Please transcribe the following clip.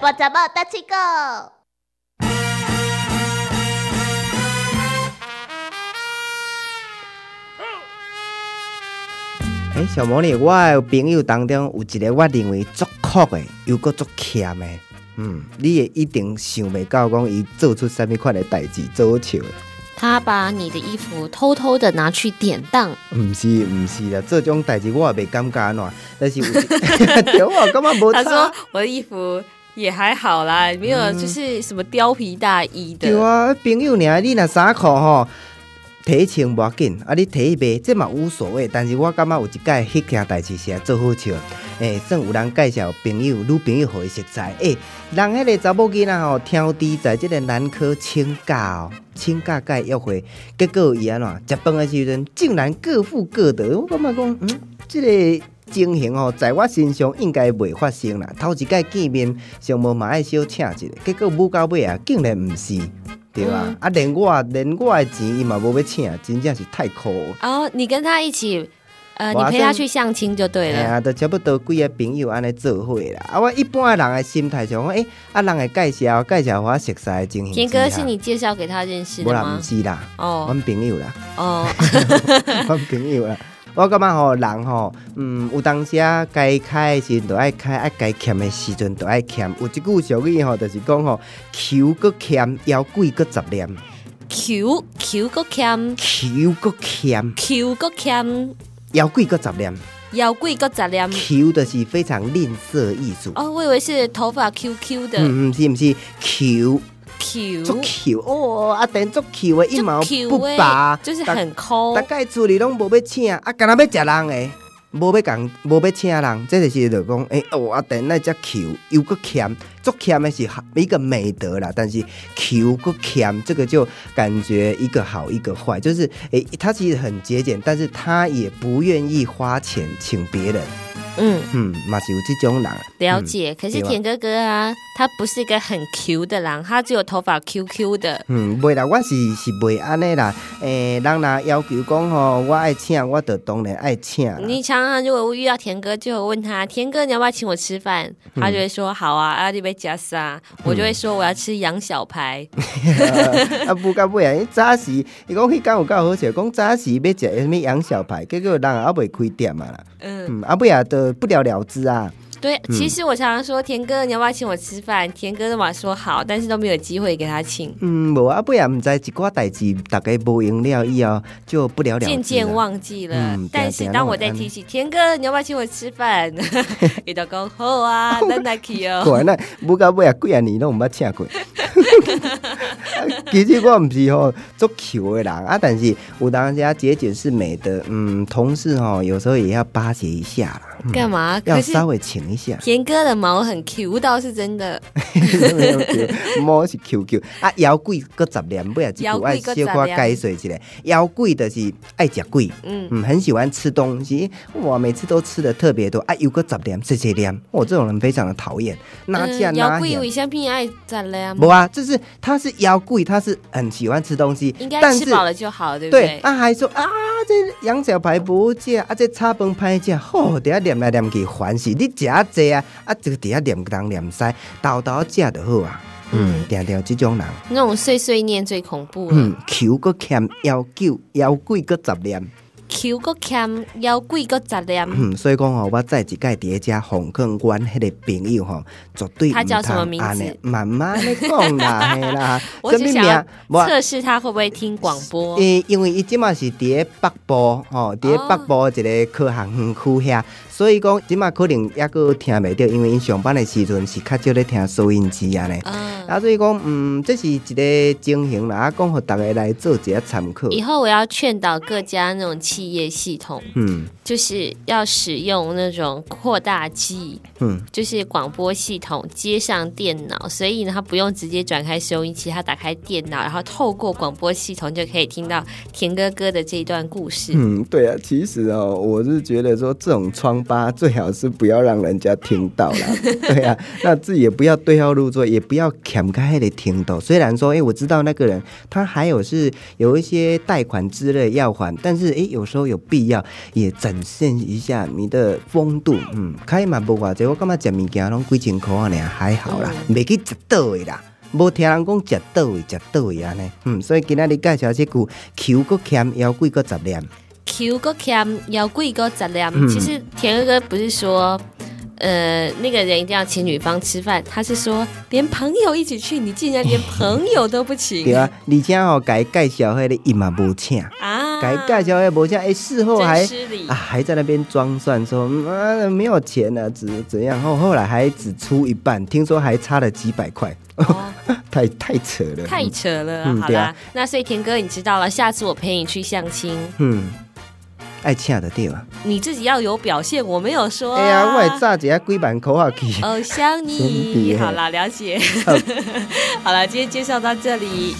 波杂报大七个。诶，小魔女，我的朋友当中有一个我认为足酷的，又搁足欠的，嗯，你会一定想袂到讲伊做出啥物款的代志，做好笑的。他把你的衣服偷偷的拿去典当，毋嗯是毋是啦，这种代志我也袂感觉安怎，但是有， 对我感觉 无他说差。我的衣服也还好啦，没有就是什么貂皮大衣的。对啊，朋友尔，你若衫裤吼，提穿无要紧，啊你提袂，这嘛无所谓。但是我感觉有一届迄件代志是啊做好笑，诶、算有人介绍朋友、女朋友互伊熟识，诶、人迄个查某囡仔吼，挑低在即个男科请假哦，请假甲伊约会，结果伊安怎食饭的时阵，竟然各付各的，我感觉讲，嗯，即、个。情形吼，在我身上应该袂发生啦。头一摆见面，上无嘛爱小请一个，结果舞到尾啊，竟然毋是，对啊，嗯啊，连我连我的钱伊嘛无要请，真正是太可恶。哦，你跟他一起，呃，你哇陪他去相亲就对哎了。呀，都差不多几个朋友安尼做伙啦。啊，我一般的人的心态上讲，诶、啊，人会介绍介绍我熟悉的情形。田哥是你介绍给他认识无的啦，吗毋？是啦，哦阮朋友啦，哦， 阮朋友啦。我感觉吼，人吼，嗯，有当时啊，该开的时阵就爱开，啊，该欠的时阵就爱欠。有一句俗语吼，就是讲吼，求搁欠，妖鬼搁十念， q q 个 cam 求搁欠， q 个 cam 妖鬼搁十嗯念。腰贵个杂念。求就是非常吝啬艺术。哦，我以为是头发 QQ 的嗯，嗯是毋是？求 Q，足球哦，啊，等足球的一毛就不 Q 欸拔，就是大很抠大。概厝里拢无要请，啊，干若要食人诶，无要共，无要请人，这就是就讲，诶、哦，啊，等那只球又搁欠，足欠的是一个美德啦，但是球搁欠，这个就感觉一个好一个坏，就是诶、他其实很节俭，但是他也不愿意花钱请别人，嗯，嗯，嘛是有这种人，了嗯解。可是对吧田哥哥啊，他不是一个很 Q 的狼，他只有头发 QQ 的。嗯，袂啦，我是是袂安尼啦。诶、人若要求讲吼，我爱请，我就当然爱请啦。你常常如果遇到田哥，就会问他：“田哥，你要不要请我吃饭？”嗯他就会说：“好啊，阿弟被加沙。”我就会说：“我要吃羊小排。 啊，不到尾啊，伊早时伊讲迄间有够好笑，讲早时要食什物羊小排，结果人也还袂开店啊啦。嗯，嗯，啊尾啊，就不了了之啊。对。其实我常常说：“田哥，你要不要请我吃饭？”田哥都嘛说好，但是都没有机会给他请，嗯，无啊尾啊，毋知一寡代志，大概无闲了以后就不了了之啊。渐渐忘记了嗯。但对是啊当我在提起田哥，你要不要请我吃饭？ 伊都讲好啊，咱来去哦。果然，不到尾啊，几啊年拢毋捌请过。 啊其实我毋是吼足球的人啊，但是有当时啊节俭是美的，嗯，同事吼、有时候也要巴结一下啦， 嗯干嘛？要可是。稍微请一下田哥的毛很 Q 倒是真的。 没有球毛是 QQ 啊，妖怪搁十年尾啊，即句妖怪爱搁小十可解年释一下，妖怪就是爱食鬼，嗯，嗯，很喜欢吃东西，哇，每次都吃的特别多啊，有个十年这些年，我这种人非常的讨厌，哪嗯家哪姚贵样为。什么爱咋了呀？不啊，就是他是妖怪，他是很喜欢吃东西，应该但吃是饱了就好，对不对对？啊还说啊，这羊小排不好吃，啊这炒饭歹食，吼、底下念来念去烦死，你食啊济啊，啊就底下念东念西，豆豆食就好啊。嗯，定定这种人，那种碎碎念最恐怖了。嗯，求搁欠妖九妖怪搁十念， Q 个欠，腰贵个杂念。嗯，所以讲吼、我再一届叠加红坑关迄个朋友吼、绝对他叫唔通什么名字安尼慢慢咧讲 啦，嘿啦，我只什么想要名无啊测试他会不会听广播。诶，因为伊即马是伫咧北部吼，伫咧北部一个科学园区遐，所以讲即马可能抑佫听袂着，因为因上班的时阵是较少咧听收音机安尼。嗯，啊，所以讲，嗯，这是一个情形啦，啊，讲互逐个来做一下参考。以后我要劝导各家那种企业系统，嗯就是要使用那种扩大机，嗯，就是广播系统接上电脑，所以呢，它不用直接转开收音机，它打开电脑，然后透过广播系统就可以听到田哥哥的这一段故事。嗯，对啊，其实哦，我是觉得说这种疮疤最好是不要让人家听到啦。对啊，那自己也不要对号入座，也不要侃开的听到。啊虽然说，哎，我知道那个人他还有是有一些贷款之类要还，但是哎，诶有时候有必要也暂展现一下你的风度。嗯，开嘛无偌济，我感觉食物件拢几千箍啊，尔还好啦，袂、去食倒的啦。无听人讲食倒的，食倒的安尼。嗯，所以今仔日介绍即句“求搁欠，腰贵搁十念 Q 个 cam 要贵个质量嗯。其实田哥哥不是说，呃，那个人一定要请女方吃饭，他是说连朋友一起去，你竟然连朋友都不”，请 对啊。而且吼、甲伊介绍迄个伊嘛无请，啊！甲伊介绍迄个无请，哎、事后还真失礼啊，还在那边装蒜说，嗯啊，没有钱了、啊，怎怎样？后后来还只出一半，听说还差了几百块，哦，太太扯了，太扯了。啊嗯好对啦，啊那所以田哥你知道了，下次我陪你去相亲，嗯，爱请的对吧？你自己要有表现，我没有说、啊哎呀，我会炸一下几万块下去。偶像真的你，耶好啦，了解。好啦，今天介绍到这里，